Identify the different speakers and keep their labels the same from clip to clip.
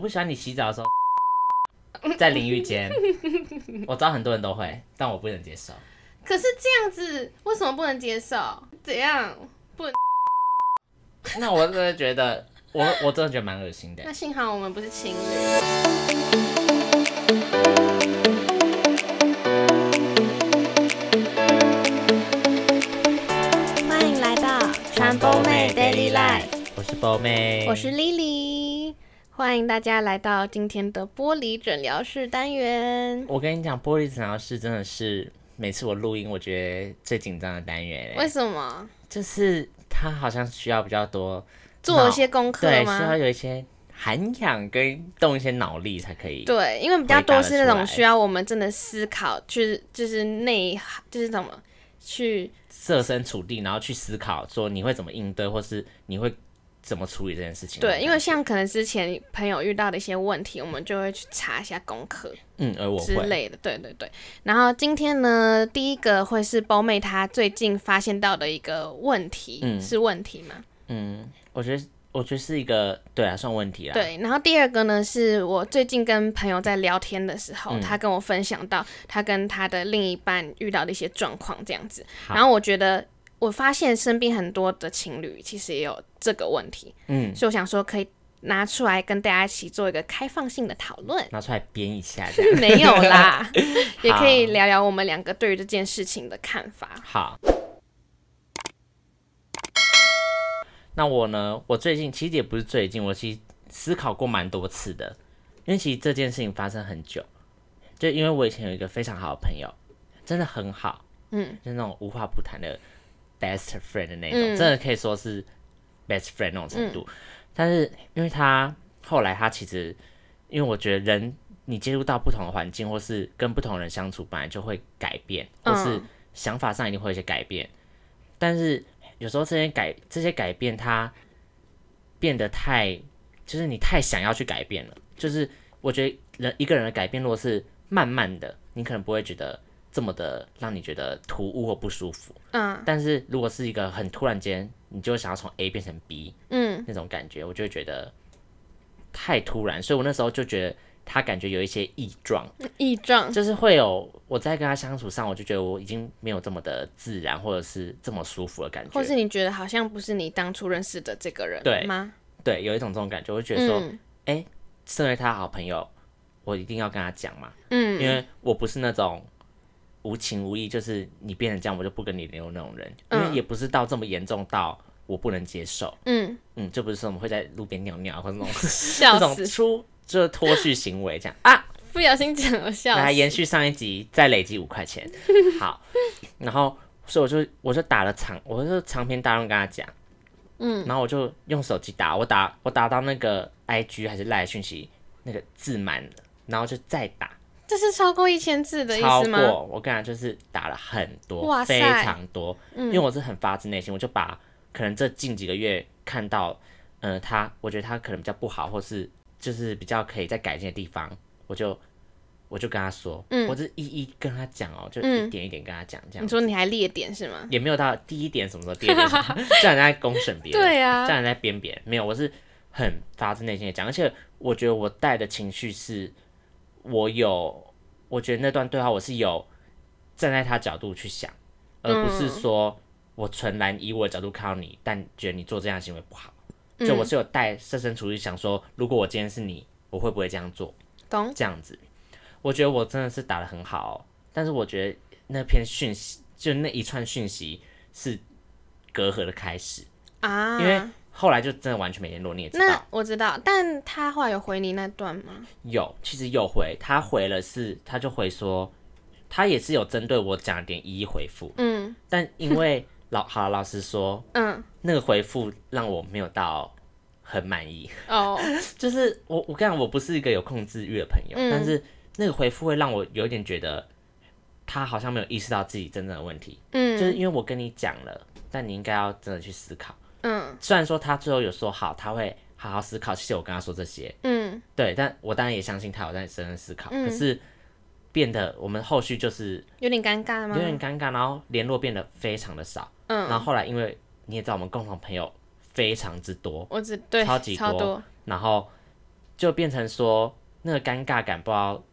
Speaker 1: 不喜欢你洗澡的时候 在淋浴间。我知道很多人都会，但我不能接受。
Speaker 2: 可是这样子为什么不能接受？怎样？
Speaker 1: 那我真的觉得，我我真的觉得蛮恶心的
Speaker 2: 那。幸好我们不是情侣。欢迎来到传播妹 Daily Life，
Speaker 1: 我是波妹，
Speaker 2: 我是 Lily，欢迎大家来到今天的玻璃诊疗室单元。
Speaker 1: 我跟你讲，玻璃诊疗室真的是每次我录音，我觉得最紧张的单元欸，
Speaker 2: 为什么？
Speaker 1: 就是它好像需要比较多
Speaker 2: 做一些功课
Speaker 1: 对，需要
Speaker 2: 吗？
Speaker 1: 有一些涵养跟动一些脑力才可以。
Speaker 2: 对，因为比较多是那
Speaker 1: 回答
Speaker 2: 种
Speaker 1: 得出来
Speaker 2: 需要我们真的思考，去就是内就是怎么去
Speaker 1: 设身处地，然后去思考说你会怎么应对，或是你会怎么处理这件事情。
Speaker 2: 对，因为像可能之前朋友遇到的一些问题，我们就会去查一下功课
Speaker 1: 嗯，而我
Speaker 2: 之
Speaker 1: 会
Speaker 2: 类的。对对对。然后今天呢，第一个会是包妹她最近发现到的一个问题，
Speaker 1: 嗯
Speaker 2: 是问题吗？
Speaker 1: 我觉得我觉得是一个对啊，算问题啦。，
Speaker 2: 对。然后第二个呢，是我最近跟朋友在聊天的时候，
Speaker 1: 嗯
Speaker 2: 他跟我分享到他跟他的另一半遇到的一些状况这样子。
Speaker 1: 好
Speaker 2: 然后我觉得。我发现身边很多的情侣其实也有这个问题，
Speaker 1: 嗯，
Speaker 2: 所以我想说可以拿出来跟大家一起做一个开放性的讨论。
Speaker 1: 拿出来编一下这样。
Speaker 2: 没有 啦，也可以聊聊我们两个对于这件事情的看法。
Speaker 1: 好。那我呢？我最近其实也不是最近，我其实思考过蛮多次的，因为其实这件事情发生很久，就因为我以前有一个非常好的朋友，真的很好，
Speaker 2: 嗯，
Speaker 1: 就是那种无话不谈的 best friend 的那种，
Speaker 2: 嗯
Speaker 1: 真的可以说是 best friend 那种程度。但是因为他后来他其实，因为我觉得人你接触到不同的环境，或是跟不同人相处，本来就会改变，或是
Speaker 2: 嗯
Speaker 1: 想法上一定会有一些改变。但是有时候这些改这些改变，它变得太，就是你太想要去改变了。就是我觉得人一个人的改变，如果是慢慢的，你可能不会觉得这么的让你觉得突兀或不舒服。
Speaker 2: 嗯
Speaker 1: 但是如果是一个很突然间，你就想要从 A 变成 B
Speaker 2: 嗯
Speaker 1: 那种感觉，我就会觉得太突然。所以我那时候就觉得他感觉有一些异状，
Speaker 2: 嗯异状，
Speaker 1: 就是会有我在跟他相处上，我就觉得我已经没有这么的自然，或者是这么舒服的感
Speaker 2: 或
Speaker 1: 觉。
Speaker 2: 是你觉得好像不是你当初认识的这个人，
Speaker 1: 对
Speaker 2: 吗？
Speaker 1: 对，有一种这种感觉，我就觉得说，
Speaker 2: 嗯
Speaker 1: 身为他的好朋友，我一定要跟他讲嘛，因
Speaker 2: 嗯
Speaker 1: 为我不是那种无情无义，就是你变成这样我就不跟你联络那种人，因
Speaker 2: 嗯
Speaker 1: 为也不是到这么严重到我不能接受，
Speaker 2: 嗯，
Speaker 1: 嗯，就不是说我们会在路边尿尿或者那种
Speaker 2: 笑
Speaker 1: 这种
Speaker 2: 死，
Speaker 1: 出就是脱序行为这样啊。
Speaker 2: 不小心讲了笑
Speaker 1: 来
Speaker 2: 死。
Speaker 1: 延续上一集，再累积五块 钱。好，然后所以我就我就打了长，我就长篇大论跟他讲，嗯，然后我就用手机打，我打我打到那个 I G 还是赖讯息那个字满了，然后就再打，
Speaker 2: 这是超过一千字的意
Speaker 1: 超
Speaker 2: 思吗？
Speaker 1: 过我跟他就是打了很多，
Speaker 2: 哇塞
Speaker 1: 非常多，因为我是很发自内心，我就把可能这近几个月看到，呃，他我觉得他可能比较不好，或是就是比较可以再改进的地方，我就我就跟他说，
Speaker 2: 嗯
Speaker 1: 我是一一跟他讲哦，就一点一点跟他讲，这样、
Speaker 2: 你说你还列点是吗？
Speaker 1: 也没有到第一点什么时候，第二点什么时 候，这样人在公审别人，
Speaker 2: 对
Speaker 1: 这
Speaker 2: 啊，
Speaker 1: 样人在编别人，没有，我是很发自内心的讲，而且我觉得我带的情绪是，我有，我觉得那段对话我是有站在他角度去想，而不
Speaker 2: 嗯
Speaker 1: 是说我纯然以我的角度看到你，但觉得你做这样的行为不好，就我是有带设身处地想说，如果我今天是你，我会不会这样做？
Speaker 2: 懂？
Speaker 1: 这样子，我觉得我真的是打的很好哦、但是我觉得那篇讯息，就那一串讯息是隔阂的开始。
Speaker 2: 啊，
Speaker 1: 因为后来就真的完全没联络，你也知道
Speaker 2: 那。我知道，但他后来有回你那段 吗？
Speaker 1: 有，其实有回，他回了是，他就回说，他也是有针对我讲的点一一回复，
Speaker 2: 嗯
Speaker 1: 但因为老好老实说，
Speaker 2: 嗯
Speaker 1: 那个回复让我没有到很满意，
Speaker 2: 哦，
Speaker 1: 就是我我跟你讲，我不是一个有控制欲的朋友，
Speaker 2: 嗯
Speaker 1: 但是那个回复会让我有一点觉得，他好像没有意识到自己真正的问题，就是
Speaker 2: 嗯
Speaker 1: 因为我跟你讲了，但你应该要真的去思考。
Speaker 2: 嗯
Speaker 1: 虽然说他最后有说好，他会好好思考，谢谢我跟他说这些，
Speaker 2: 嗯
Speaker 1: 对，但我当然也相信他有在深深思考，
Speaker 2: 嗯
Speaker 1: 可是变得我们后续就是
Speaker 2: 有点尴尬
Speaker 1: 有
Speaker 2: 吗？
Speaker 1: 点尴尬，然后联络变得非常的少，
Speaker 2: 嗯
Speaker 1: 然后后来因为你也知道我们共同朋友非常之多，
Speaker 2: 我只对
Speaker 1: 超级
Speaker 2: 超多，
Speaker 1: 然后就变成说那个尴尬感不知道，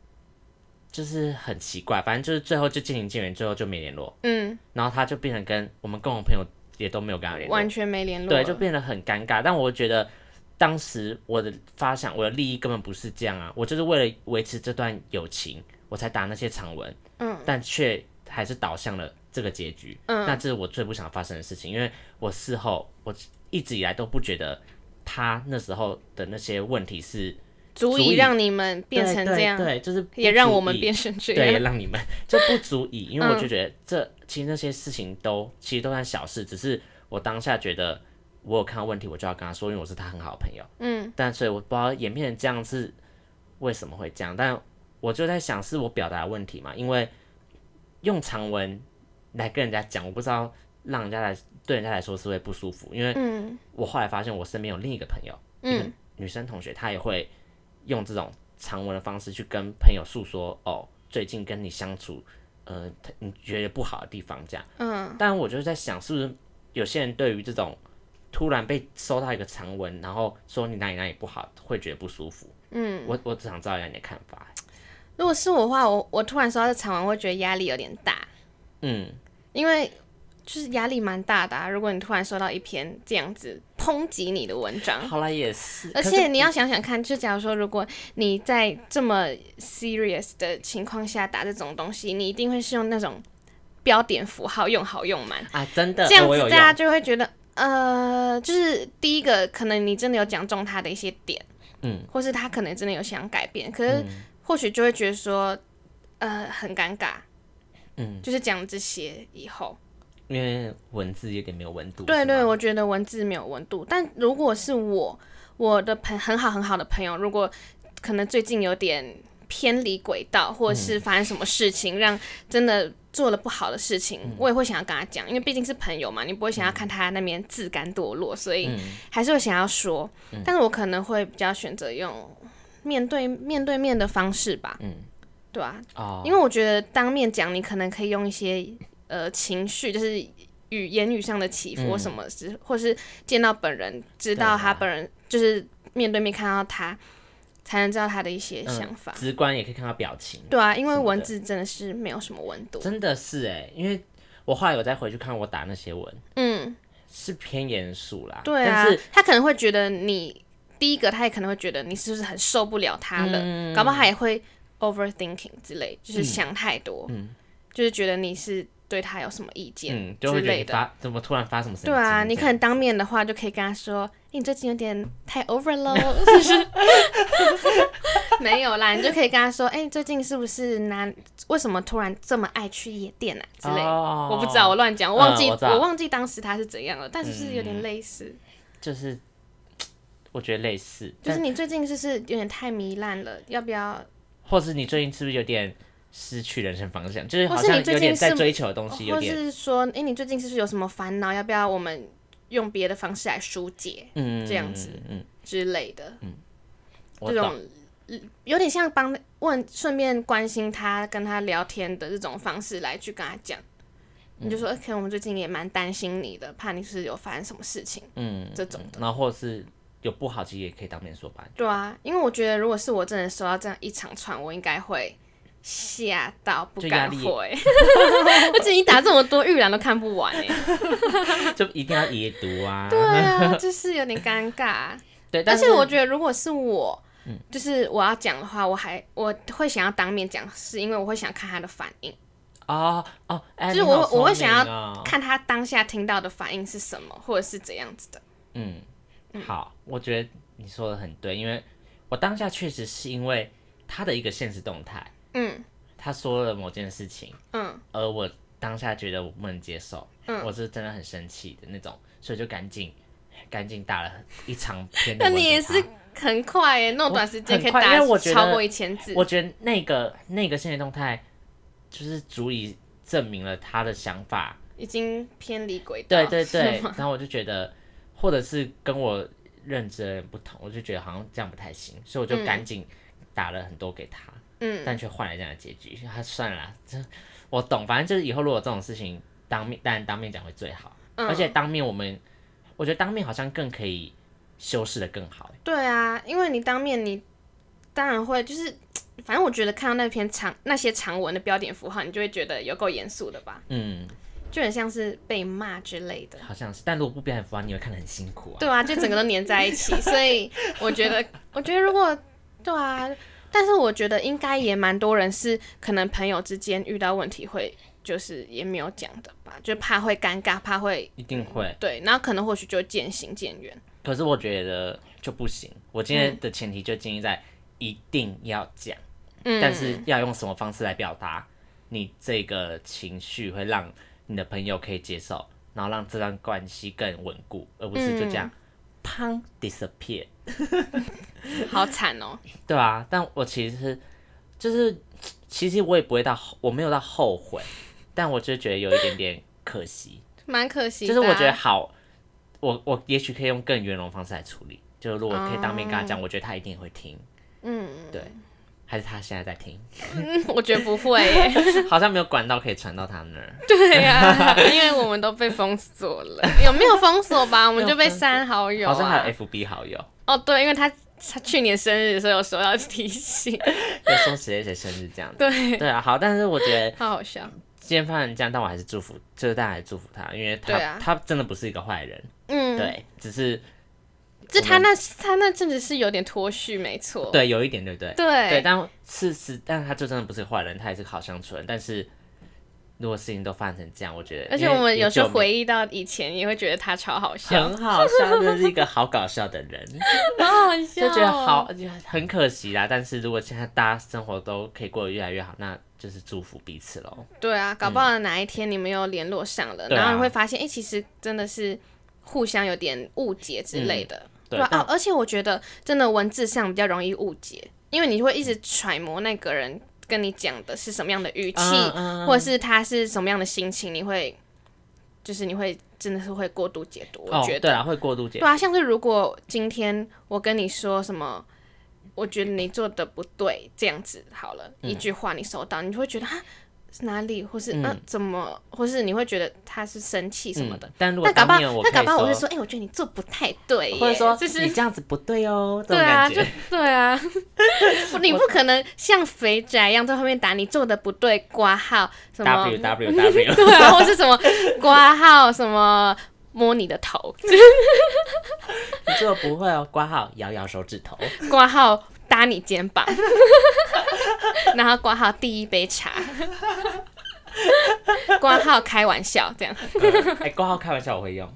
Speaker 1: 就是很奇怪，反正就是最后就渐行渐远，最后就没联络，
Speaker 2: 嗯，
Speaker 1: 然后他就变成跟我们共同朋友也都没有跟他联络，
Speaker 2: 完全没联络了，
Speaker 1: 对，就变得很尴尬。但我觉得当时我的发想，我的利益根本不是这样啊，我就是为了维持这段友情，我才打那些长文，
Speaker 2: 嗯，
Speaker 1: 但却还是导向了这个结局，
Speaker 2: 嗯
Speaker 1: 那这是我最不想发生的事情，因为我事后我一直以来都不觉得他那时候的那些问题是
Speaker 2: 足
Speaker 1: 足
Speaker 2: 以
Speaker 1: 以
Speaker 2: 让你们变
Speaker 1: 对
Speaker 2: 成
Speaker 1: 对
Speaker 2: 这样，
Speaker 1: 对，就是不
Speaker 2: 也让
Speaker 1: 足
Speaker 2: 我们
Speaker 1: 以
Speaker 2: 变成这
Speaker 1: 对，也
Speaker 2: 样，
Speaker 1: 让你们就不足以，因为
Speaker 2: 嗯
Speaker 1: 我就觉得这其实那些事情都其实都算小事，只是我当下觉得我有看到问题，我就要跟他说，因为我是他很好的朋友。
Speaker 2: 嗯，
Speaker 1: 但所以我不知道演变成这样是为什么会这样，但我就在想是我表达的问题嘛，因为用长文来跟人家讲，我不知道让人家来对人家来说是会不舒服，因为
Speaker 2: 嗯
Speaker 1: 我后来发现我身边有另一个朋友，一个
Speaker 2: 嗯
Speaker 1: 女生同学，她也会用这种长文的方式去跟朋友诉说，哦，最近跟你相处，呃，她你觉得不好的地方这样。
Speaker 2: 嗯，
Speaker 1: 但我就是在想，是不是有些人对于这种突然被收到一个长文，然后说你哪里哪里不好，会觉得不舒服？嗯，我我只想知道一下你的看法。
Speaker 2: 如果是我的话，我我突然收到这长文，我会觉得压力有点大，
Speaker 1: 嗯，
Speaker 2: 因为就是压力蛮大的、啊。如果你突然收到一篇这样子抨击你的文章，
Speaker 1: 好啦，也是，
Speaker 2: 啊而
Speaker 1: 可
Speaker 2: 且
Speaker 1: 是嗯
Speaker 2: 你要想想看，就假如说，如果你在这么 serious 的情况下打这种东西，你一定会是用那种标点符号用好用满，
Speaker 1: 啊，真的，
Speaker 2: 这样
Speaker 1: 我
Speaker 2: 子
Speaker 1: 有
Speaker 2: 大
Speaker 1: 用
Speaker 2: 家就会觉得，呃，就是第一个可能你真的有讲中他的一些点，
Speaker 1: 嗯，
Speaker 2: 或是他可能真的有想改变，可是或许就会觉得说，呃，很尴尬，
Speaker 1: 嗯，
Speaker 2: 就是讲这些以后，
Speaker 1: 因为文字有点没有温度。
Speaker 2: 对
Speaker 1: 是吗
Speaker 2: 对，我觉得文字没有温度。但如果是我，我的朋很好很好的朋友，如果可能最近有点偏离轨道，或者是发生什么事情，让真的做了不好的事情，
Speaker 1: 嗯
Speaker 2: 我也会想要跟他讲，因为毕竟是朋友嘛，你不会想要看他那边自甘堕落，所
Speaker 1: 嗯
Speaker 2: 以还是会想要说。但是我可能会比较选择用面对面对面的方式吧，
Speaker 1: 嗯，
Speaker 2: 对啊，
Speaker 1: 哦，
Speaker 2: 因为我觉得当面讲，你可能可以用一些呃情绪，就是语言语上的起
Speaker 1: 嗯
Speaker 2: 伏或什么之，或是见到本人，知
Speaker 1: 啊
Speaker 2: 道他本人，就是面对面看到他，才能知道他的一些想法。
Speaker 1: 直观也可以看到表情。
Speaker 2: 对啊，因为
Speaker 1: 嗯什么的
Speaker 2: 文字真的是没有什么温度。
Speaker 1: 真的是哎、因为我后来有再回去看我打那些文，
Speaker 2: 嗯，
Speaker 1: 是偏严肃啦。
Speaker 2: 对啊
Speaker 1: 但是，
Speaker 2: 他可能会觉得你第一个，他也可能会觉得你是不是很受不了他了，
Speaker 1: 嗯
Speaker 2: 搞不好他也会 overthinking 之类，就是想太多，就是觉得你是对他有什么意见
Speaker 1: 嗯，就
Speaker 2: 之
Speaker 1: 会觉得
Speaker 2: 类
Speaker 1: 你
Speaker 2: 的。
Speaker 1: 发怎么突然发什么神经
Speaker 2: 对
Speaker 1: 这样？
Speaker 2: 啊，你可能当面的话就可以跟他说：“欸、你最近有点太 over 喽，是不是？” 没有啦，你就可以跟他说：“哎、你最近是不是哪？为什么突然这么爱去夜店啊？”之类的。
Speaker 1: 哦
Speaker 2: 我不知道，我乱讲，我忘记、
Speaker 1: 嗯我知道嗯
Speaker 2: 我忘记当时他是怎样了，但是是有点类似，
Speaker 1: 就是我觉得类似，
Speaker 2: 就是
Speaker 1: 但
Speaker 2: 你最近是不是有点太糜烂了？要不要？
Speaker 1: 或是你最近是不是有点失去人生方向？就是好
Speaker 2: 或是你
Speaker 1: 像
Speaker 2: 最
Speaker 1: 有
Speaker 2: 近
Speaker 1: 点在
Speaker 2: 是
Speaker 1: 追求的东西，有
Speaker 2: 或
Speaker 1: 点
Speaker 2: 是说，哎、你最近是不是有什么烦恼？要不要我们用别的方式来疏解
Speaker 1: 嗯
Speaker 2: 这样子
Speaker 1: 嗯，嗯
Speaker 2: 之类的？
Speaker 1: 我
Speaker 2: 这
Speaker 1: 懂。
Speaker 2: 种嗯有点像帮问顺便关心他、跟他聊天的这种方式来去跟他讲。你就说，
Speaker 1: 嗯
Speaker 2: 欸可能我们最近也蛮担心你的，怕你是有发生什么事情，
Speaker 1: 嗯，
Speaker 2: 这种
Speaker 1: 然后或是有不好，其实也可以当面说吧。
Speaker 2: 对啊，因为我觉得如果是我真的收到这样一长串，我应该会吓到不
Speaker 1: 就压
Speaker 2: 敢
Speaker 1: 力
Speaker 2: 回，而且你打这么多预览都看不完哎、
Speaker 1: 就一定要也读啊。
Speaker 2: 对啊，就是有点尴尬。
Speaker 1: 对，
Speaker 2: 而
Speaker 1: 但嗯
Speaker 2: 且我觉得，如果是我，就是我要讲的话，我还我会想要当面讲，是因为我会想看他的反应，
Speaker 1: 哦哦，哎
Speaker 2: 就是
Speaker 1: 你
Speaker 2: 我
Speaker 1: 好聪
Speaker 2: 我会想要
Speaker 1: 明哦
Speaker 2: 看他当下听到的反应是什么，或者是怎样子的。
Speaker 1: 嗯，好，我觉得你说的很对，因为我当下确实是因为他的一个现实动态，
Speaker 2: 嗯
Speaker 1: 他说了某件事情，
Speaker 2: 嗯
Speaker 1: 而我当下觉得我不能接受，我是真的很生气的那种，所以就赶紧赶紧打了一长篇的
Speaker 2: 那
Speaker 1: 文给他。
Speaker 2: 你也是很快耶，那么短时间可
Speaker 1: 很
Speaker 2: 以
Speaker 1: 快
Speaker 2: 打
Speaker 1: 因为我觉得
Speaker 2: 超过一千字。
Speaker 1: 我觉得那个那个现实动态就是足以证明了他的想法，
Speaker 2: 已经偏离轨道。
Speaker 1: 对对对
Speaker 2: 啊是 吗，
Speaker 1: 然后我就觉得，或者是跟我认知的人不同，我就觉得好像这样不太行，所以我就赶紧打了很多给他，
Speaker 2: 嗯，
Speaker 1: 但却换了这样的结局。他算了啦，这我懂，反正就是以后如果这种事情当面，当然当面讲会最好，
Speaker 2: 嗯
Speaker 1: 而且当面我们，我觉得当面好像更可以修饰的更好。
Speaker 2: 对啊，因为你当面你当然会，就是反正我觉得看到那篇长那些长文的标点符号，你就会觉得有够严肃的吧，
Speaker 1: 嗯，
Speaker 2: 就很像是被骂之类的。
Speaker 1: 好像是。但如果不表演符号，你会看得很辛苦啊。
Speaker 2: 对啊，就整个都粘在 一起，所以我觉得，我觉得如果对啊，但是我觉得应该也蛮多人是可能朋友之间遇到问题会就是也没有讲的吧，就怕会尴尬，怕会
Speaker 1: 一定会。
Speaker 2: 对，然后可能或许就渐行渐远。
Speaker 1: 可是我觉得就不行。我今天的前提就建议在一定要讲，
Speaker 2: 嗯，
Speaker 1: 但是要用什么方式来表达你这个情绪，会让你的朋友可以接受，然后让这段关系更稳固，而不是就这样
Speaker 2: 嗯
Speaker 1: 砰 disappear。
Speaker 2: 好惨哦、
Speaker 1: 对啊，但我其实是就是，其实我也不会到后，我没有到后悔，但我就觉得有一点点可 惜。
Speaker 2: 蛮可惜
Speaker 1: 就
Speaker 2: 的啊。
Speaker 1: 是我觉得好，我我也许可以用更圆融方式来处理。就是如果可以当面跟他讲，
Speaker 2: 哦
Speaker 1: 我觉得他一定会听。嗯，对，还是他现在在听，
Speaker 2: 嗯， 我觉得不会耶。
Speaker 1: 好像没有管道可以传到他那儿。
Speaker 2: 对呀、因为我们都被封锁了， 有没有封锁吧？我们就被删好友
Speaker 1: 好像还
Speaker 2: 啊
Speaker 1: 有。FB 好友，
Speaker 2: 哦，对，因为他他去年生日的时候有收到提 醒，
Speaker 1: 有说谁谁谁生日这样子。
Speaker 2: 对，
Speaker 1: 对啊，好，但是我觉得
Speaker 2: 好好笑。
Speaker 1: 今天发生这样，但我还是祝福，就是大家还是祝福他，因为他、
Speaker 2: 对啊
Speaker 1: 他真的不是一个坏人，
Speaker 2: 嗯，
Speaker 1: 对，只是
Speaker 2: 就
Speaker 1: 我
Speaker 2: 他
Speaker 1: 们
Speaker 2: 那他那阵子是有点脱序，没错。
Speaker 1: 对有一点对不对？对，
Speaker 2: 对
Speaker 1: 但事实，但他就真的不是坏人，他也是个好相处人。但是如果事情都发展成这样，我觉得，
Speaker 2: 而且
Speaker 1: 因为
Speaker 2: 我们有时候
Speaker 1: 也就没
Speaker 2: 回忆到以前，也会觉得他超 好笑，
Speaker 1: 很好笑，真的是一个好搞笑的人，
Speaker 2: 好好 笑
Speaker 1: 就觉得好，。而且很可惜啦。但是如果现在大家生活都可以过得越来越好，那就是祝福彼此喽。
Speaker 2: 对啊，搞不好哪一天你们又联络上了，
Speaker 1: 嗯对啊
Speaker 2: 然后你会发现，哎、其实真的是互相有点误解之类的。
Speaker 1: 嗯对
Speaker 2: 吧？
Speaker 1: 但
Speaker 2: 哦，而且我觉得真的文字上比较容易误解，因为你会一直揣摩那个人跟你讲的是什么样的语气，
Speaker 1: 嗯嗯
Speaker 2: 或者是他是什么样的心情，你会就是你会真的是会过度解读。我
Speaker 1: 哦
Speaker 2: 觉，得
Speaker 1: 对，啦，会过度解
Speaker 2: 对啊，像是如果今天我跟你说什么，我觉得你做的不对，这样子好了，
Speaker 1: 嗯
Speaker 2: 一句话你收到，你就会觉得啊是哪里，或是嗯、呃怎么，或是你会觉得他是生气什么的。
Speaker 1: 嗯但如果
Speaker 2: 但搞不
Speaker 1: 当面
Speaker 2: 好，
Speaker 1: 我
Speaker 2: 但
Speaker 1: 可
Speaker 2: 搞
Speaker 1: 以
Speaker 2: 不好我会
Speaker 1: 说，
Speaker 2: 说，哎、我觉得你做不太对耶，
Speaker 1: 或者说
Speaker 2: 就是
Speaker 1: 你这样子不对哦，这
Speaker 2: 对
Speaker 1: 种感
Speaker 2: 啊，就
Speaker 1: 觉。
Speaker 2: 对 啊，不你不可能像肥宅一样在后面打你做的不对，挂号 什么
Speaker 1: W W W，
Speaker 2: 对啊，或是什么 挂号什么摸你的头，
Speaker 1: 你这个不会哦，挂号摇摇手指头，
Speaker 2: 挂号搭你肩膀， 然后挂号第一杯茶， 挂号开玩笑这样，
Speaker 1: 嗯哎，挂号开玩笑我会用，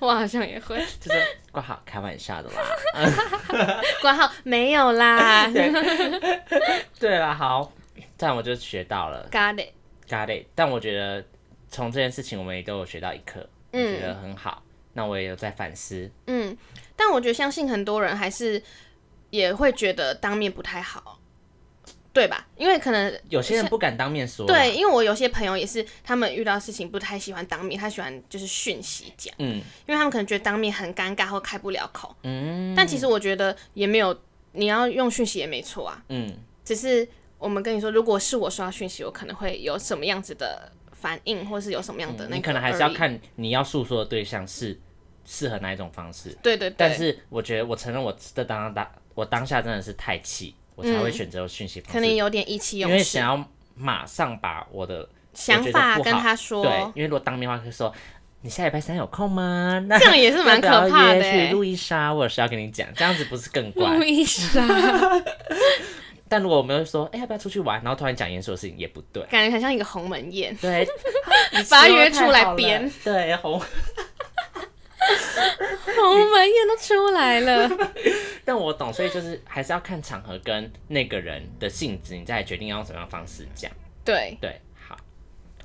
Speaker 2: 我好像也会
Speaker 1: 就是挂号开玩笑的啦。
Speaker 2: 挂号没有啦
Speaker 1: 对啦，好，这样我就学到了。
Speaker 2: ，got it，
Speaker 1: Got it。但我觉得从这件事情，我们也都有学到一课，我觉得很好。那我也有在反思，
Speaker 2: 嗯，但我觉得相信很多人还是也会觉得当面不太好，对吧？因为可能
Speaker 1: 有些人不敢当面说，
Speaker 2: 对，，因为我有些朋友也是，他们遇到事情不太喜欢当面，他喜欢就是讯息讲，
Speaker 1: 嗯
Speaker 2: 因为他们可能觉得当面很尴尬或开不了口。
Speaker 1: 嗯
Speaker 2: 但其实我觉得也没有，你要用讯息也没错啊，
Speaker 1: 嗯，
Speaker 2: 只是我们跟你说，如果是我收到讯息，我可能会有什么样子的反应，或是有什么样的那个、
Speaker 1: 你可能还是要。看你要诉说的对象是适合哪一种方式。
Speaker 2: 对对对，
Speaker 1: 但是我觉得，我承认我这当当我当下真的是太气，我才会选择讯息方
Speaker 2: 可
Speaker 1: 式，
Speaker 2: 嗯能有点意气
Speaker 1: 因
Speaker 2: 用
Speaker 1: 为
Speaker 2: 事
Speaker 1: 想，要马上把我的
Speaker 2: 想
Speaker 1: 我觉得
Speaker 2: 法
Speaker 1: 不
Speaker 2: 跟
Speaker 1: 好
Speaker 2: 他说，
Speaker 1: 对， 因为如果当面的话，就说你下礼拜三有空吗？那
Speaker 2: 这样也是蛮可
Speaker 1: 要不
Speaker 2: 怕
Speaker 1: 要
Speaker 2: 的、
Speaker 1: 约去
Speaker 2: 欸。
Speaker 1: 路易莎，我有事要跟你讲，这样子不是更怪？
Speaker 2: 路易莎，
Speaker 1: 但如果我们会说，哎、要不要出去玩？然后突然讲严肃的事情也不对，
Speaker 2: 感觉很像一个鸿门宴。
Speaker 1: 对，
Speaker 2: 把它
Speaker 1: 你说
Speaker 2: 约出
Speaker 1: 太
Speaker 2: 来
Speaker 1: 好了
Speaker 2: 编，
Speaker 1: 对，红。
Speaker 2: 鸿门宴都出来了，
Speaker 1: 但我懂，所以就是还是要看场合跟那个人的性质，你再决定要用什么样的方式讲。
Speaker 2: 对，
Speaker 1: 对，好，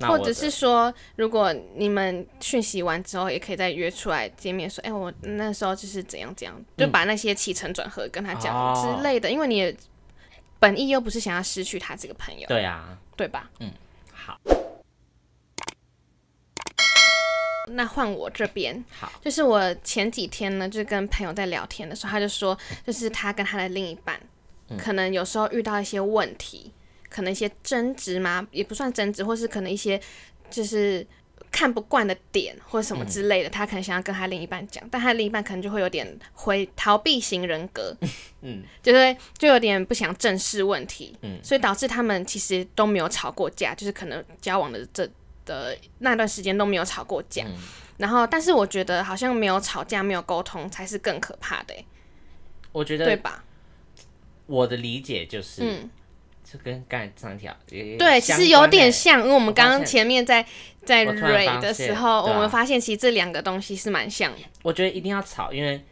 Speaker 1: 那
Speaker 2: 或
Speaker 1: 我
Speaker 2: 者
Speaker 1: 的
Speaker 2: 是说，如果你们讯息完之后，也可以再约出来见面，说，哎、我那时候就是怎样怎样，就把那些起承转合跟他讲
Speaker 1: 嗯哦
Speaker 2: 之类的，因为你也本意又不是想要失去他这个朋友，
Speaker 1: 对啊，
Speaker 2: 对吧？
Speaker 1: 好，
Speaker 2: 那换我这边，
Speaker 1: 好，
Speaker 2: 就是我前几天呢，就是跟朋友在聊天的时候，他就说，就是他跟他的另一半，
Speaker 1: 嗯
Speaker 2: 可能有时候遇到一些问题，可能一些争执嘛，也不算争执，或是可能一些就是。看不惯的点或什么之
Speaker 1: 嗯
Speaker 2: 类的，他可能想要跟他另一半讲，但他另一半可能就会有点回逃避型人格，
Speaker 1: 嗯，
Speaker 2: 就是就有点不想正视问题，
Speaker 1: 嗯
Speaker 2: 所以导致他们其实都没有吵过架，就是可能交往的这的那段时间都没有吵过架，
Speaker 1: 嗯
Speaker 2: 然后但是我觉得好像没有吵架、没有沟通才是更可怕的、欸
Speaker 1: 我觉
Speaker 2: 对
Speaker 1: 得
Speaker 2: 吧？
Speaker 1: 我的理解就是，
Speaker 2: 嗯，
Speaker 1: 就跟刚才上一条也
Speaker 2: 对，其实有点像，因为我们
Speaker 1: 我发
Speaker 2: 刚刚
Speaker 1: 现
Speaker 2: 前面在在
Speaker 1: 我突然
Speaker 2: 蕊
Speaker 1: 发
Speaker 2: 的
Speaker 1: 现
Speaker 2: 时候，
Speaker 1: 对
Speaker 2: 我
Speaker 1: 啊
Speaker 2: 们发现其实这两个东西是蛮像的，
Speaker 1: 我觉得一定要吵，因为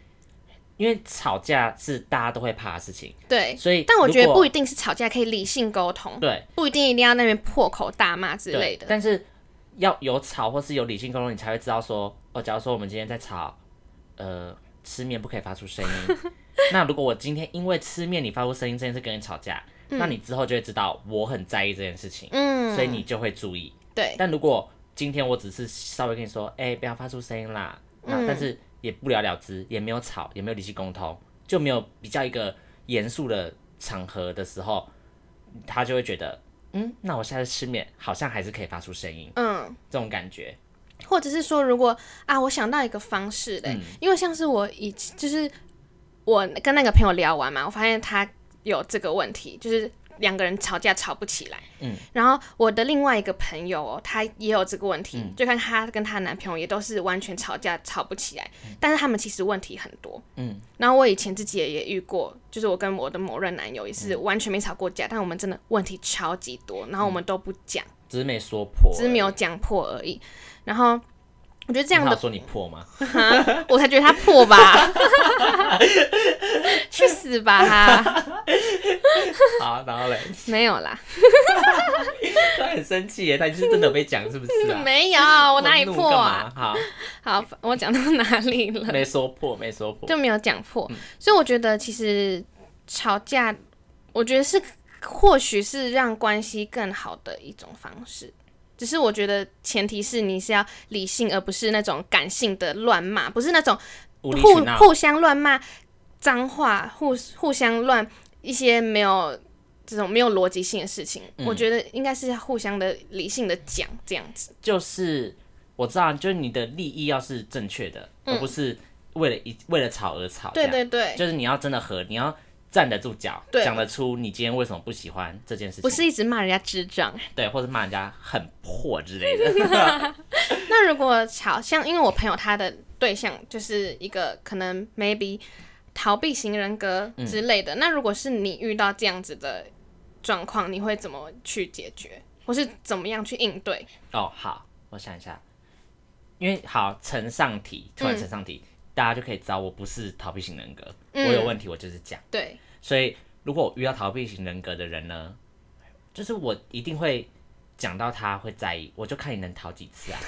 Speaker 1: 因为吵架是大家都会怕的事情，
Speaker 2: 对。
Speaker 1: 所以
Speaker 2: 但我觉得
Speaker 1: 如
Speaker 2: 不
Speaker 1: 果
Speaker 2: 一定是吵架，可以理性沟通，
Speaker 1: 对
Speaker 2: 不一定一定要那边破口大骂之
Speaker 1: 对
Speaker 2: 类的。
Speaker 1: 但是要有吵或是有理性沟通，你才会知道说，哦，假如说我们今天在吵，呃，吃面不可以发出声 音。那如果我今天因为吃面你发出声音这件事跟你吵架，那你之后就会知道我很在意这件事情，
Speaker 2: 嗯，
Speaker 1: 所以你就会注意。
Speaker 2: 对
Speaker 1: 但如果今天我只是稍微跟你说，哎、不要发出声音啦，那、
Speaker 2: 嗯
Speaker 1: 但是也不了了之，也没有吵，也没有理性沟通，就没有比较一个严肃的场合的时候，他就会觉得，嗯，那我下次吃面好像还是可以发出声音，
Speaker 2: 嗯，
Speaker 1: 这种感觉，
Speaker 2: 或者是说，如果啊，我想到一个方式
Speaker 1: 嗯
Speaker 2: 嘞，因为像是我以就是我跟那个朋友聊完嘛，我发现他有这个问题，就是两个人吵架吵不起来。
Speaker 1: 嗯，
Speaker 2: 然后我的另外一个朋友哦，她也有这个问题，
Speaker 1: 嗯
Speaker 2: 就看她跟她男朋友也都是完全吵架吵不起来，但是他们其实问题很多。
Speaker 1: 嗯，
Speaker 2: 然后我以前自己也也遇过，就是我跟我的某任男友也
Speaker 1: 嗯
Speaker 2: 是完全没吵过架，但我们真的问题超级多，然后我
Speaker 1: 嗯
Speaker 2: 们都不讲，
Speaker 1: 只是没说破而已，
Speaker 2: 只是没有讲破而已。然后我觉得这样
Speaker 1: 你
Speaker 2: 的
Speaker 1: 好说你破吗？
Speaker 2: 我才觉得他破吧， 去死吧他！
Speaker 1: 好，然后嘞，
Speaker 2: 没有啦，
Speaker 1: 他很生气耶，他就是真的有被讲是不是啊？
Speaker 2: 没有，我哪里
Speaker 1: 怒
Speaker 2: 破啊？
Speaker 1: 干嘛？好，
Speaker 2: 好，我讲到哪里了？
Speaker 1: 没说破，没说破，
Speaker 2: 就没有讲破，
Speaker 1: 嗯
Speaker 2: 所以我觉得其实吵架，我觉得是或许是让关系更好的一种方式。只是我觉得前提是你是要理性，而不是那种感性的乱骂，不是那种
Speaker 1: 无理取
Speaker 2: 互
Speaker 1: 闹，
Speaker 2: 互相乱骂脏话，互互相乱一些没有这种没有逻辑性的事情，
Speaker 1: 嗯
Speaker 2: 我觉得应该是要互相的理性的讲这样子。
Speaker 1: 就是我知道，就是你的利益要是正确的，而不是为了一为了吵而吵。
Speaker 2: 嗯对
Speaker 1: 哦这样，
Speaker 2: 对对，
Speaker 1: 就是你要真的和，你要站得住脚，
Speaker 2: 对
Speaker 1: 讲得出你今天为什么不喜欢这件事情，
Speaker 2: 不是一直骂人家智障。
Speaker 1: 对，或者骂人家很破之类
Speaker 2: 嗯
Speaker 1: 的。
Speaker 2: 那如果吵，像因为我朋友他的对象就是一个可能 maybe 逃避型人格之
Speaker 1: 嗯
Speaker 2: 类的，那如果是你遇到这样子的状况，你会怎么去解决，或是怎么样去应对？
Speaker 1: 哦，好，我想一下，因为好呈上题，突然呈上题，大家就可以知道我不是逃避型人格，
Speaker 2: 嗯
Speaker 1: 我有问题我就是讲。
Speaker 2: 对，
Speaker 1: 所以如果我遇到逃避型人格的人呢，就是我一定会讲到他会在意，我就看你能逃几 次啊，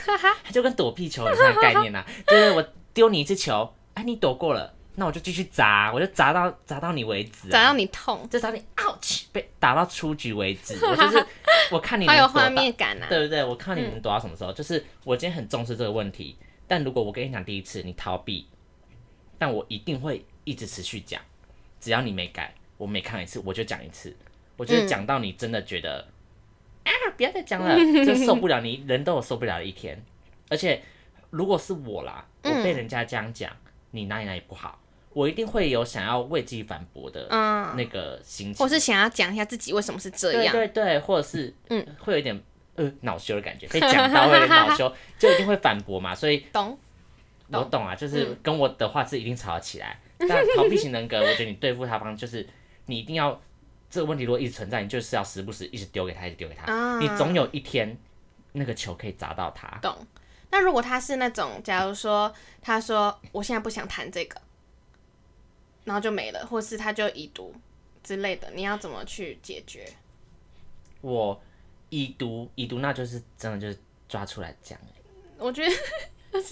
Speaker 1: 他就跟躲避球很像的概念啊，就是我丢你一次球，哎、你躲过了，那我就继续砸，我就砸到砸到你为止、
Speaker 2: 找
Speaker 1: 啊。
Speaker 2: 到你痛，
Speaker 1: 就砸你，ouch！被打到出局为 止。我就是我看你
Speaker 2: 好
Speaker 1: 能
Speaker 2: 有
Speaker 1: 躲
Speaker 2: 画
Speaker 1: 到，
Speaker 2: 面感啊！
Speaker 1: 对不对？我看你能躲到什么时候。就是我今天很重视这个问题，但如果我跟你讲第一次你逃避，但我一定会一直持续讲，只要你没改，我每看一次我就讲一次，我
Speaker 2: 嗯
Speaker 1: 就是讲到你真的觉得、啊，不要再讲 了，就受不了你，人都有受不了的一天。而且如果是我啦，
Speaker 2: 嗯
Speaker 1: 我被人家这样讲，你哪里哪里不好，我一定会有想要为自己反驳的
Speaker 2: 嗯
Speaker 1: 那个心情，
Speaker 2: 或是想要讲一下自己为什么是这样。
Speaker 1: 对对对，或者是
Speaker 2: 嗯
Speaker 1: 嗯，会有一点呃恼羞的感觉，被讲到会 有点恼羞，就一定会反驳嘛。所以
Speaker 2: 懂？
Speaker 1: 我懂啊，就是
Speaker 2: 嗯
Speaker 1: 跟我的话是一定吵得起来。但逃避型人格，我觉得你对付他方就是你一定要这个问题如果一直存在，你就是要时不时一直丢给他，一直丢给他，
Speaker 2: 啊
Speaker 1: 你总有一天那个球可以砸到他。
Speaker 2: 懂。那如果他是那种，假如说他说我现在不想谈这个，然后就没了，或是他就已读之类的，你要怎么去解决？
Speaker 1: 我已读已读，那就是真的就是抓出来讲。
Speaker 2: 我觉得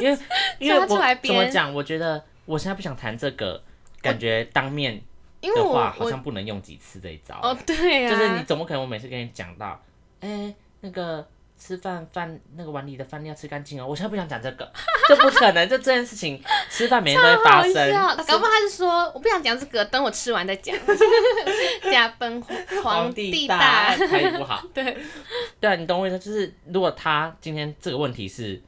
Speaker 1: 因为因为
Speaker 2: 抓出来
Speaker 1: 我怎么
Speaker 2: 编
Speaker 1: 讲？我觉得我现在不想谈这个，感觉当面
Speaker 2: 因为
Speaker 1: 的
Speaker 2: 我
Speaker 1: 话好
Speaker 2: 我
Speaker 1: 像不能用几次这一招。
Speaker 2: 哦对啊，
Speaker 1: 就是你怎么可能？我每次跟你讲到，哎、那个吃饭饭那个碗里的饭要吃干净哦。我现在不想讲这个， 这不可能，就这件事情吃饭每天都会发
Speaker 2: 好
Speaker 1: 生。
Speaker 2: 笑，
Speaker 1: 吃
Speaker 2: 啊搞不好他是说我不想讲这个，等我吃完再 讲。驾崩 皇帝
Speaker 1: 大
Speaker 2: 大，
Speaker 1: 案台语不好。
Speaker 2: 对
Speaker 1: 对啊，你懂我意思，就是如果他今天这个问题是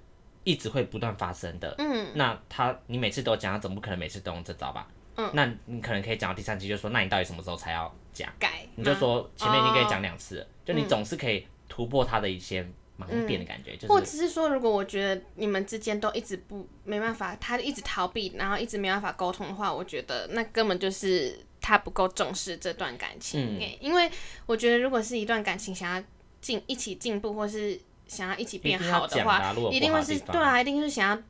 Speaker 1: 一直会不断发生的。嗯，那他你每次都讲，他总不可能每次都用这招吧？嗯，那你可能可以讲到第三期，就说那你到底什么时候才要讲？
Speaker 2: 改，
Speaker 1: 你就
Speaker 2: 吗
Speaker 1: 说前面已经跟你讲两次了，就你
Speaker 2: 嗯
Speaker 1: 总是可以突破他的一些盲点的感觉，就
Speaker 2: 或
Speaker 1: 是
Speaker 2: 者是说，如果我觉得你们之间都一直不没办法，他一直逃避，然后一直没办法沟通的话，我觉得那根本就是他不够重视这段感情、
Speaker 1: 嗯
Speaker 2: 欸因为我觉得，如果是一段感情想要进一起进步，或是想要一起变
Speaker 1: 一定要
Speaker 2: 好的
Speaker 1: 讲
Speaker 2: 话，
Speaker 1: 啊如果
Speaker 2: 一
Speaker 1: 不
Speaker 2: 定
Speaker 1: 好
Speaker 2: 会
Speaker 1: 的
Speaker 2: 是
Speaker 1: 地
Speaker 2: 对
Speaker 1: 方
Speaker 2: 啊，一定是想要，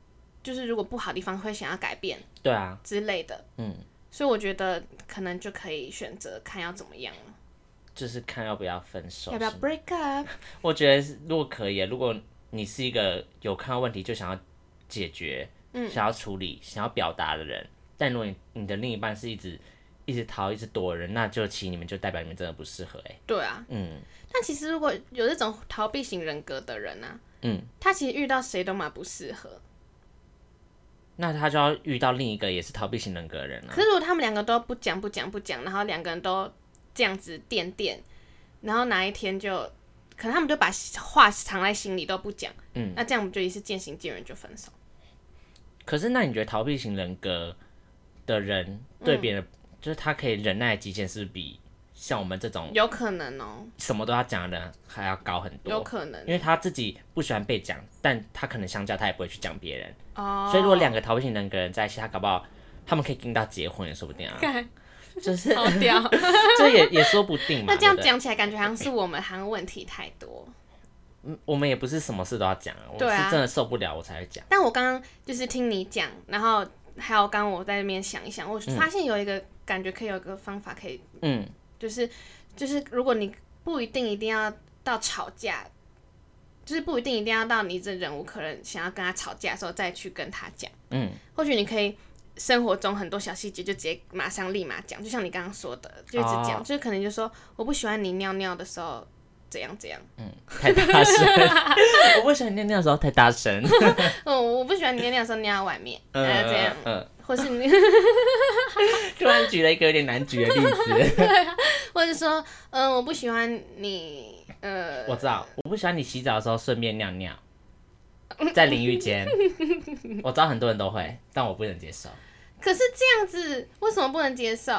Speaker 2: 就是如果不好的地方会想要改变
Speaker 1: 对啊，
Speaker 2: 之类的。
Speaker 1: 嗯，
Speaker 2: 所以我觉得可能就可以选择看要怎么样，
Speaker 1: 就是看要不要分手
Speaker 2: 要不要 break up？
Speaker 1: 我觉得是如果可以，如果你是一个有看到问题就想要解决、
Speaker 2: 嗯
Speaker 1: 想要处理、想要表达的人，但如果你你的另一半是一直一直逃、一直躲的人，那就其实你们就代表你们真的不适合哎、
Speaker 2: 对啊，
Speaker 1: 嗯，
Speaker 2: 但其实如果有这种逃避型人格的人啊，
Speaker 1: 嗯，
Speaker 2: 他其实遇到谁都蛮不适合。
Speaker 1: 那他就要遇到另一个也是逃避型人格的人啊了、
Speaker 2: 可是如果他们两个都不讲不讲不讲，然后两个人都这样子垫垫，然后哪一天就可能他们就把话藏在心里都不讲，嗯，那这样不就也是渐行渐远就分手？
Speaker 1: 可是那你觉得逃避型人格的人对别人，
Speaker 2: 嗯
Speaker 1: 就是他可以忍耐的极限是不是比像我们这种
Speaker 2: 有可能哦、
Speaker 1: 什么都要讲的人还要高很
Speaker 2: 有
Speaker 1: 多？
Speaker 2: 可能
Speaker 1: 因为他自己不喜欢被讲，但他可能相较他也不会去讲别人。
Speaker 2: 哦。
Speaker 1: 所以如果两个逃避型人格人在一起，他搞不好他们可以跟到结婚也说不定 啊，
Speaker 2: 干
Speaker 1: 就是
Speaker 2: 好 屌！
Speaker 1: 这也也说不定嘛。
Speaker 2: 那这样
Speaker 1: 对不对，
Speaker 2: 讲起来，感觉好像是我们好像问题太多。
Speaker 1: 嗯我们也不是什么事都要讲啊，我
Speaker 2: 对啊
Speaker 1: 是真的受不了我才会讲。
Speaker 2: 但我刚刚就是听你讲，然后还有刚刚我在那边想一想，我发现有一个感觉可以有一个方法可以
Speaker 1: 嗯，
Speaker 2: 就是就是，如果你不一定一定要到吵架，就是不一定一定要到你这忍无可忍，想要跟他吵架的时候再去跟他讲。
Speaker 1: 嗯，
Speaker 2: 或许你可以生活中很多小细节就直接马上立马讲，就像你刚刚说的，就一直讲，
Speaker 1: 哦
Speaker 2: 就是可能就说我不喜欢你尿尿的时候怎样怎样，
Speaker 1: 太大声， 我不喜欢尿尿的时候太大声。
Speaker 2: 嗯，我不喜欢你尿尿的时候尿在外面，
Speaker 1: 嗯
Speaker 2: 呃，这样，
Speaker 1: 嗯，
Speaker 2: 或是你。
Speaker 1: 突然举了一个有点难举的例 子，
Speaker 2: 或者说，嗯，我不喜欢你，呃，
Speaker 1: 我知道，我不喜欢你洗澡的时候顺便尿尿，在淋浴 间。我知道很多人都会，但我不能接受。
Speaker 2: 可是这样子为什么不能接受？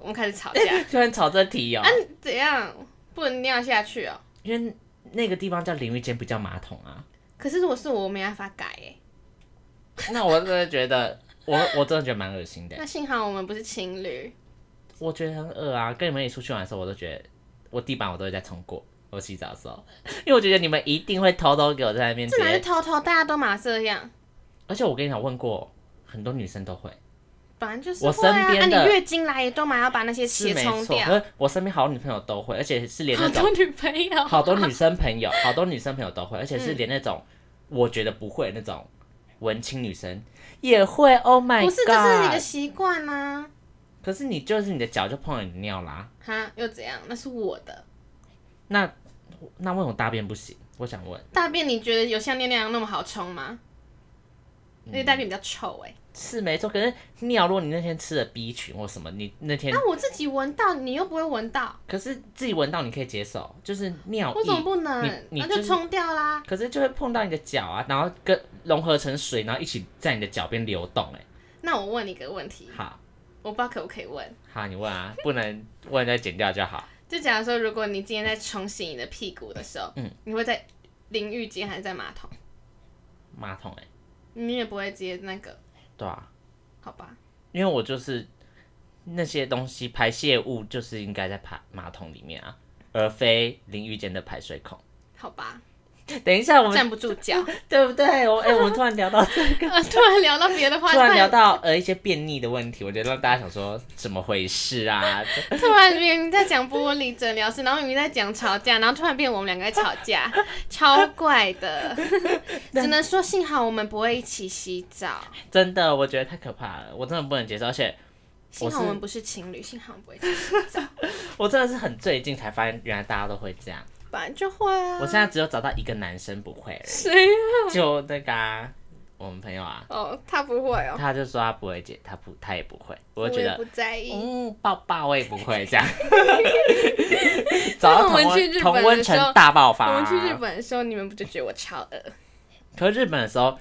Speaker 2: 我们开始吵 架，
Speaker 1: 突然吵这题哦、
Speaker 2: 怎样不能尿下去哦？
Speaker 1: 因为那个地方叫淋浴间，不叫马桶啊。
Speaker 2: 可是如果是我，我没办法改哎。
Speaker 1: 那我真的觉得， 我我真的觉得蛮恶心的。
Speaker 2: 那幸好我们不是情侣，
Speaker 1: 我觉得很恶啊，跟你们一起出去玩的时候，我都觉得我地板我都会再冲过。我洗澡的时候，因为我觉得你们一定会偷偷给我在那边直
Speaker 2: 这哪是
Speaker 1: 接，
Speaker 2: 偷偷，大家都嘛这样，
Speaker 1: 而且我跟你讲，我问过很多女生都会，
Speaker 2: 本来就是
Speaker 1: 我
Speaker 2: 会啊。
Speaker 1: 身边
Speaker 2: 啊，你
Speaker 1: 的
Speaker 2: 月经来也都嘛要把那些
Speaker 1: 是
Speaker 2: 血
Speaker 1: 没
Speaker 2: 冲
Speaker 1: 错。
Speaker 2: 掉。
Speaker 1: 可是我身边好多女朋友都会，而且是连
Speaker 2: 好
Speaker 1: 那
Speaker 2: 多啊
Speaker 1: 种
Speaker 2: 女朋友，
Speaker 1: 好多女生朋友，好多女生朋友都会，而且是连那种
Speaker 2: 嗯
Speaker 1: 我觉得不会那种文青女生也会。Oh my god！
Speaker 2: 不是，这是你的习惯啊。
Speaker 1: 可是你就是你的脚就碰了你的尿啦，
Speaker 2: 哈，又怎样？那是我的
Speaker 1: 那那为什么大便不行？我想问，
Speaker 2: 大便，你觉得有像尿尿那么好冲吗？因为大便比较臭哎、
Speaker 1: 是没错，可是尿，如果你那天吃了 B 群或什么，你那天、
Speaker 2: 那、啊我自己闻到，你又不会闻到，
Speaker 1: 可是自己闻到你可以接受，就是尿
Speaker 2: 为什么
Speaker 1: 意，
Speaker 2: 不能？
Speaker 1: 哦你
Speaker 2: 那
Speaker 1: 你就
Speaker 2: 就是冲掉啦。
Speaker 1: 可是就会碰到你的脚啊，然后跟融合成水，然后一起在你的脚边流动、哎，
Speaker 2: 那我问你个问题，
Speaker 1: 好
Speaker 2: 我不知道可不可以问。
Speaker 1: 好，你问啊，不能问再剪掉就好。
Speaker 2: 就假如说，如果你今天在冲洗你的屁股的时候，
Speaker 1: 嗯
Speaker 2: 你会在淋浴间还是在马桶？
Speaker 1: 马桶、哎，
Speaker 2: 你也不会直接那个，
Speaker 1: 对啊，
Speaker 2: 好吧？
Speaker 1: 因为我就是那些东西排泄物就是应该在排马桶里面啊，而非淋浴间的排水孔。
Speaker 2: 好吧，
Speaker 1: 等一下， 我们
Speaker 2: 站不住脚。
Speaker 1: 对不对？我哎、我们突然聊 到这，
Speaker 2: 啊突然聊到别的话题，
Speaker 1: 突然聊到呃一些便秘的问题，我觉得让大家想说怎么回事啊？
Speaker 2: 突然明明在讲玻璃诊疗室，然后明明在讲吵架，然后突然变我们两个在吵架， 超怪的。只能说幸好我们不会一起洗澡，
Speaker 1: 真的，我觉得太可怕了，我真的不能接受，而且
Speaker 2: 幸好
Speaker 1: 我
Speaker 2: 我
Speaker 1: 是
Speaker 2: 们不是情侣，幸好我们不会一起
Speaker 1: 我真的是很最近才发现，原来大家都会这样。
Speaker 2: 本来就会啊。
Speaker 1: 我现在只有找到一个男生不会而
Speaker 2: 谁啊？
Speaker 1: 已，就那个啊、我们朋友啊，
Speaker 2: 哦，他不会哦，
Speaker 1: 他就说他不会接，他不他也不会，我
Speaker 2: 我
Speaker 1: 就觉
Speaker 2: 也
Speaker 1: 得
Speaker 2: 不在意。
Speaker 1: 嗯，抱抱我也不会 这样。找到
Speaker 2: 那我
Speaker 1: 同
Speaker 2: 们去
Speaker 1: 温
Speaker 2: 日本
Speaker 1: 同温
Speaker 2: 的时候
Speaker 1: 层大爆发、啊
Speaker 2: 我们去日本的时候，你们不就觉得我超恶？
Speaker 1: 可是日本的时候，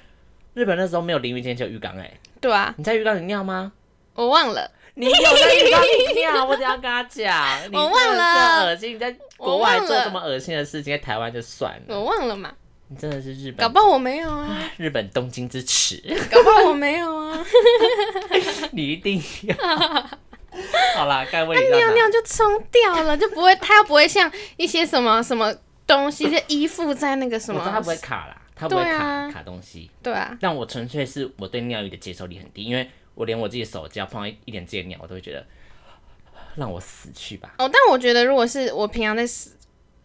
Speaker 1: 日本那时候没有淋浴间，只有浴缸哎、
Speaker 2: 对啊，
Speaker 1: 你在浴缸里尿吗？
Speaker 2: 我忘了，
Speaker 1: 你有在浴缸里 尿，我等一下跟他讲。你
Speaker 2: 我忘
Speaker 1: 真的是
Speaker 2: 了
Speaker 1: 恶心！你在
Speaker 2: 我
Speaker 1: 国外
Speaker 2: 忘
Speaker 1: 做
Speaker 2: 了
Speaker 1: 这么恶心的事情，在台湾就算了。
Speaker 2: 我忘了嘛，
Speaker 1: 你真的是日
Speaker 2: 嗯搞
Speaker 1: 本
Speaker 2: 不好我没有啊，
Speaker 1: 日本东京之 耻，
Speaker 2: 搞不好我没有啊，
Speaker 1: 你一定 要。好啦，该问你到
Speaker 2: 尿
Speaker 1: 哪
Speaker 2: 尿就冲掉了，就不会，它又不会像一些什么什么东西，就依附在那个什
Speaker 1: 我
Speaker 2: 么
Speaker 1: 知道，它不会卡啦，它不会
Speaker 2: 对
Speaker 1: 卡、
Speaker 2: 啊
Speaker 1: 卡东西。
Speaker 2: 对啊，
Speaker 1: 但我纯粹是我对尿液的接受力很低，因为我连我自己手只要碰到一一点自己的尿，我都会觉得啊让我死去吧。
Speaker 2: 哦，但我觉得如果是我平常在洗，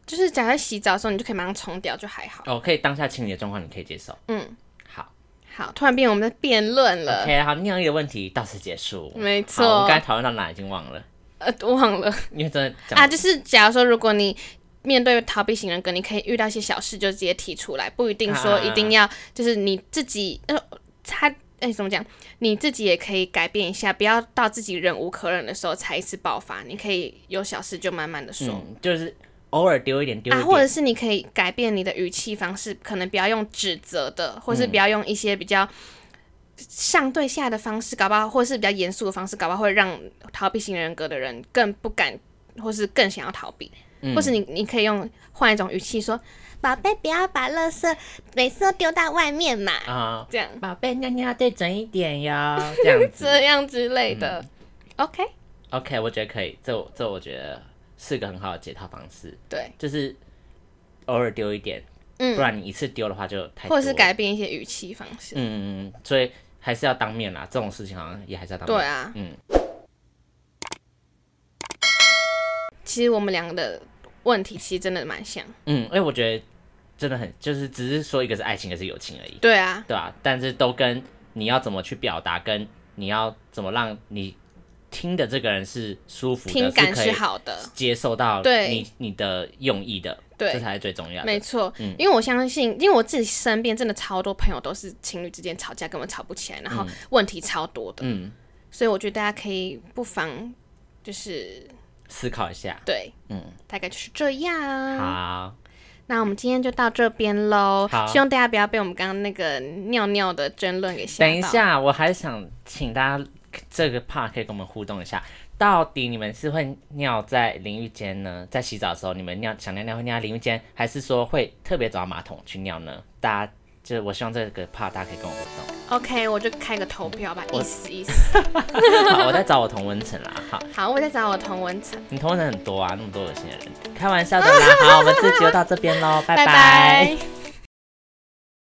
Speaker 2: 就是假如在洗澡的时候，你就可以马上冲掉，就还好。
Speaker 1: 哦，可以当下清理的状况，你可以接受。
Speaker 2: 嗯，
Speaker 1: 好
Speaker 2: 好，突然变我们在辩论了
Speaker 1: ，OK，好，尿液的问题到此结束。
Speaker 2: 没
Speaker 1: 好
Speaker 2: 错
Speaker 1: 我们刚才讨论到哪已经忘了，
Speaker 2: 呃，忘了
Speaker 1: 因为真的讲
Speaker 2: 啊，就是假如说如果你。面对逃避型人格，你可以遇到一些小事就直接提出来，不一定说
Speaker 1: 啊
Speaker 2: 一定要就是你自己呃，他哎、怎么讲，你自己也可以改变一下，不要到自己忍无可忍的时候才一次爆发。你可以有小事就慢慢的说、
Speaker 1: 嗯，就是偶尔丢一点丢一
Speaker 2: 啊，
Speaker 1: 点，
Speaker 2: 或者是你可以改变你的语气方式，可能不要用指责的，或
Speaker 1: 嗯
Speaker 2: 是不要用一些比较上对下的方式，搞不好或是比较严肃的方式，搞不好会让逃避型人格的人更不敢，或是更想要逃避。
Speaker 1: 嗯
Speaker 2: 或是你你可以用换一种语气说，
Speaker 3: 宝贝，不要把垃圾每次都丢到外面嘛。
Speaker 1: 啊，
Speaker 2: 这样
Speaker 1: 宝贝尿尿对准一点 哟，这样子
Speaker 2: 这样之类的。OK，
Speaker 1: 嗯，OK，我觉得可以，这我这我觉得是个很好的解套方式，
Speaker 2: 对，
Speaker 1: 就是偶尔丢一点，不然你一次丢的话就太多，
Speaker 2: 嗯或者是，改变一些语气方式。
Speaker 1: 嗯，所以还是要当面啦，这种事情好像也还是要当面，
Speaker 2: 对啊，
Speaker 1: 嗯，
Speaker 2: 其实我们两个的问题其实真的蛮像。
Speaker 1: 嗯，因为我觉得真的很，就是只是说一个是爱情，一个是友情而已，
Speaker 2: 对啊，
Speaker 1: 对吧、但是都跟你要怎么去表达，跟你要怎么让你听的这个人是舒服的，
Speaker 2: 听感
Speaker 1: 可
Speaker 2: 是
Speaker 1: 以
Speaker 2: 好的。
Speaker 1: 接受到
Speaker 2: 对
Speaker 1: 你你的用意的，
Speaker 2: 对
Speaker 1: 这才是最重要的。
Speaker 2: 没
Speaker 1: 嗯
Speaker 2: 错，因为我相信，因为我自己身边真的超多朋友都是情侣之间吵架根本吵不起来，然后问题超多的，
Speaker 1: 嗯，
Speaker 2: 所以我觉得大家可以不妨就是
Speaker 1: 思考一下。
Speaker 2: 对，嗯，大概就是这样。
Speaker 1: 好，
Speaker 2: 那我们今天就到这边喽
Speaker 1: 好，
Speaker 2: 希望大家不要被我们刚刚那个尿尿的争论给吓到。
Speaker 1: 等一，下，我还想请大家这个 part 可以跟我们互动一下，到底你们是会尿在淋浴间呢？在洗澡的时候，你们尿想尿尿会尿在淋浴间，还是说会特别找马桶去尿呢？大家就是我希望这个 part 大家可以跟我互动。
Speaker 2: OK，我就开个投票吧，意思意思。
Speaker 1: 好，我在找我同温层啦。好，
Speaker 2: 好，我再找我同文层，
Speaker 1: 你同温层很多啊，那么多恶心的人，开玩笑的啦。好，我们这集就到这边喽，拜
Speaker 2: 拜拜